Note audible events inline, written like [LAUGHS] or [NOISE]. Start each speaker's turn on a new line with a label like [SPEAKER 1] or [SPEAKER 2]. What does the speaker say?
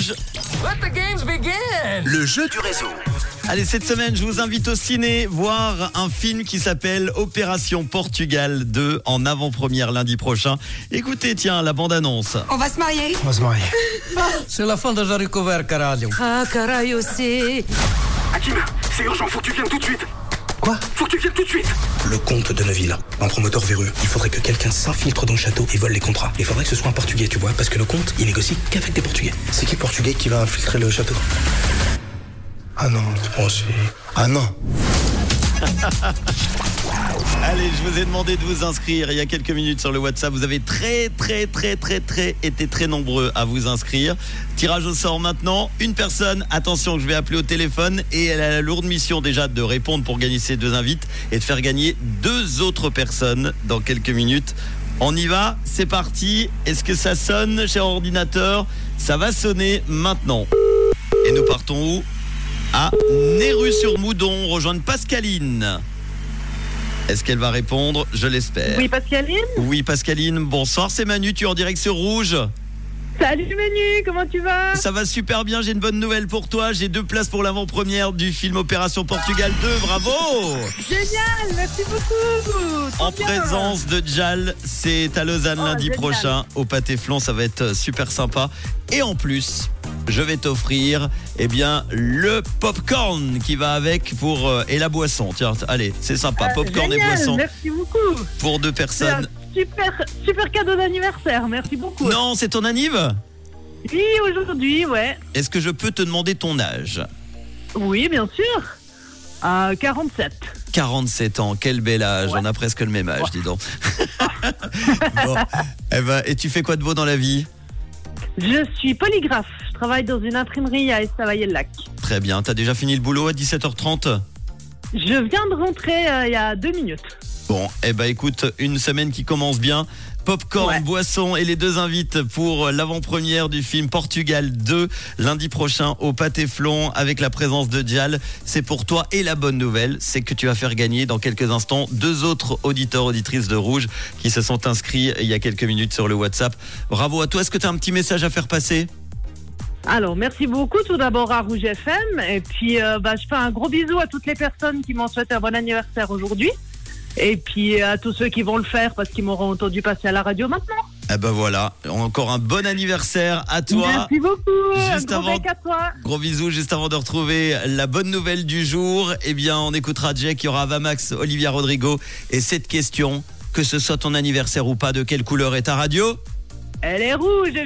[SPEAKER 1] jeu. Le jeu du réseau. Allez, cette semaine, je vous invite au ciné voir un film qui s'appelle Opération Portugal 2 en avant-première lundi prochain. Écoutez, tiens, la bande-annonce.
[SPEAKER 2] On va se marier
[SPEAKER 3] On va se marier. C'est la fin de Jarico Vert, caralho.
[SPEAKER 2] Ah, carajo, c'est...
[SPEAKER 4] Akima, c'est urgent, faut que tu viennes tout de suite.
[SPEAKER 3] Quoi
[SPEAKER 4] Faut que tu viennes tout de suite.
[SPEAKER 5] Le comte de Neuville, un promoteur véreux. Il faudrait que quelqu'un s'infiltre dans le château et vole les contrats. Il faudrait que ce soit un Portugais, tu vois, parce que le comte, il négocie qu'avec des Portugais.
[SPEAKER 3] C'est qui le portugais qui va infiltrer le château Ah non.
[SPEAKER 5] Oh, c'est-
[SPEAKER 3] Ah non.
[SPEAKER 1] Allez, je vous ai demandé de vous inscrire il y a quelques minutes sur le WhatsApp. Vous avez très, très, très, très, très été très nombreux à vous inscrire. Tirage au sort maintenant. Une personne, attention, que je vais appeler au téléphone et elle a la lourde mission déjà de répondre pour gagner ces deux invites et de faire gagner deux autres personnes dans quelques minutes. On y va, c'est parti. Est-ce que ça sonne, cher ordinateur Ça va sonner maintenant. Et nous partons où À Néru-sur-Moudon, rejoindre Pascaline. Est-ce qu'elle va répondre Je l'espère.
[SPEAKER 6] Oui, Pascaline
[SPEAKER 1] Oui, Pascaline, bonsoir, c'est Manu, tu es en direct sur Rouge.
[SPEAKER 6] Salut Menu, comment tu vas
[SPEAKER 1] Ça va super bien, j'ai une bonne nouvelle pour toi. J'ai deux places pour l'avant-première du film Opération Portugal 2, bravo
[SPEAKER 6] Génial, merci beaucoup Trop
[SPEAKER 1] En
[SPEAKER 6] bien.
[SPEAKER 1] présence de Jal, c'est à Lausanne
[SPEAKER 6] Oh,
[SPEAKER 1] lundi
[SPEAKER 6] génial.
[SPEAKER 1] prochain au Pâté Flon, ça va être euh, super sympa. Et en plus, je vais t'offrir eh bien le popcorn qui va avec pour euh, et la boisson. Tiens, allez, c'est sympa, popcorn
[SPEAKER 6] Euh, Génial,
[SPEAKER 1] et boisson
[SPEAKER 6] merci beaucoup
[SPEAKER 1] pour deux
[SPEAKER 6] C'est un
[SPEAKER 1] personnes.
[SPEAKER 6] super, super cadeau d'anniversaire, merci beaucoup
[SPEAKER 1] Non, c'est ton anniv
[SPEAKER 6] Oui, aujourd'hui, ouais.
[SPEAKER 1] Est-ce que je peux te demander ton âge
[SPEAKER 6] Oui, bien sûr À 47.
[SPEAKER 1] 47 ans, quel bel âge, on a presque le même âge, dis
[SPEAKER 6] [LAUGHS]
[SPEAKER 1] donc. Bon. Eh ben, et tu fais quoi de beau dans la vie
[SPEAKER 6] Je suis polygraphe, je travaille dans une imprimerie à Estavayer-le-Lac.
[SPEAKER 1] Très bien, t'as déjà fini le boulot à 17h30
[SPEAKER 6] Je viens de rentrer euh, il y a deux minutes.
[SPEAKER 1] Bon, eh ben écoute, une semaine qui commence bien. Popcorn,
[SPEAKER 6] Ouais.
[SPEAKER 1] boisson et les deux invites pour l'avant-première du film Portugal 2 lundi prochain au Pâté Flon avec la présence de Dial. C'est pour toi et la bonne nouvelle, c'est que tu vas faire gagner dans quelques instants deux autres auditeurs auditrices de Rouge qui se sont inscrits il y a quelques minutes sur le WhatsApp. Bravo à toi. Est-ce que tu as un petit message à faire passer
[SPEAKER 6] Alors, merci beaucoup tout d'abord à Rouge FM. Et puis, euh, bah, je fais un gros bisou à toutes les personnes qui m'ont souhaité un bon anniversaire aujourd'hui. Et puis, euh, à tous ceux qui vont le faire parce qu'ils m'auront entendu passer à la radio maintenant.
[SPEAKER 1] Eh ben voilà, encore un bon anniversaire à toi.
[SPEAKER 6] merci beaucoup.
[SPEAKER 1] juste
[SPEAKER 6] un gros
[SPEAKER 1] avant-
[SPEAKER 6] bec à toi.
[SPEAKER 1] Gros bisous, juste avant de retrouver la bonne nouvelle du jour, eh bien on écoutera Jack, il y aura Vamax, Olivia Rodrigo et cette question, que ce soit ton anniversaire ou pas, de quelle couleur est ta radio
[SPEAKER 6] Elle est rouge,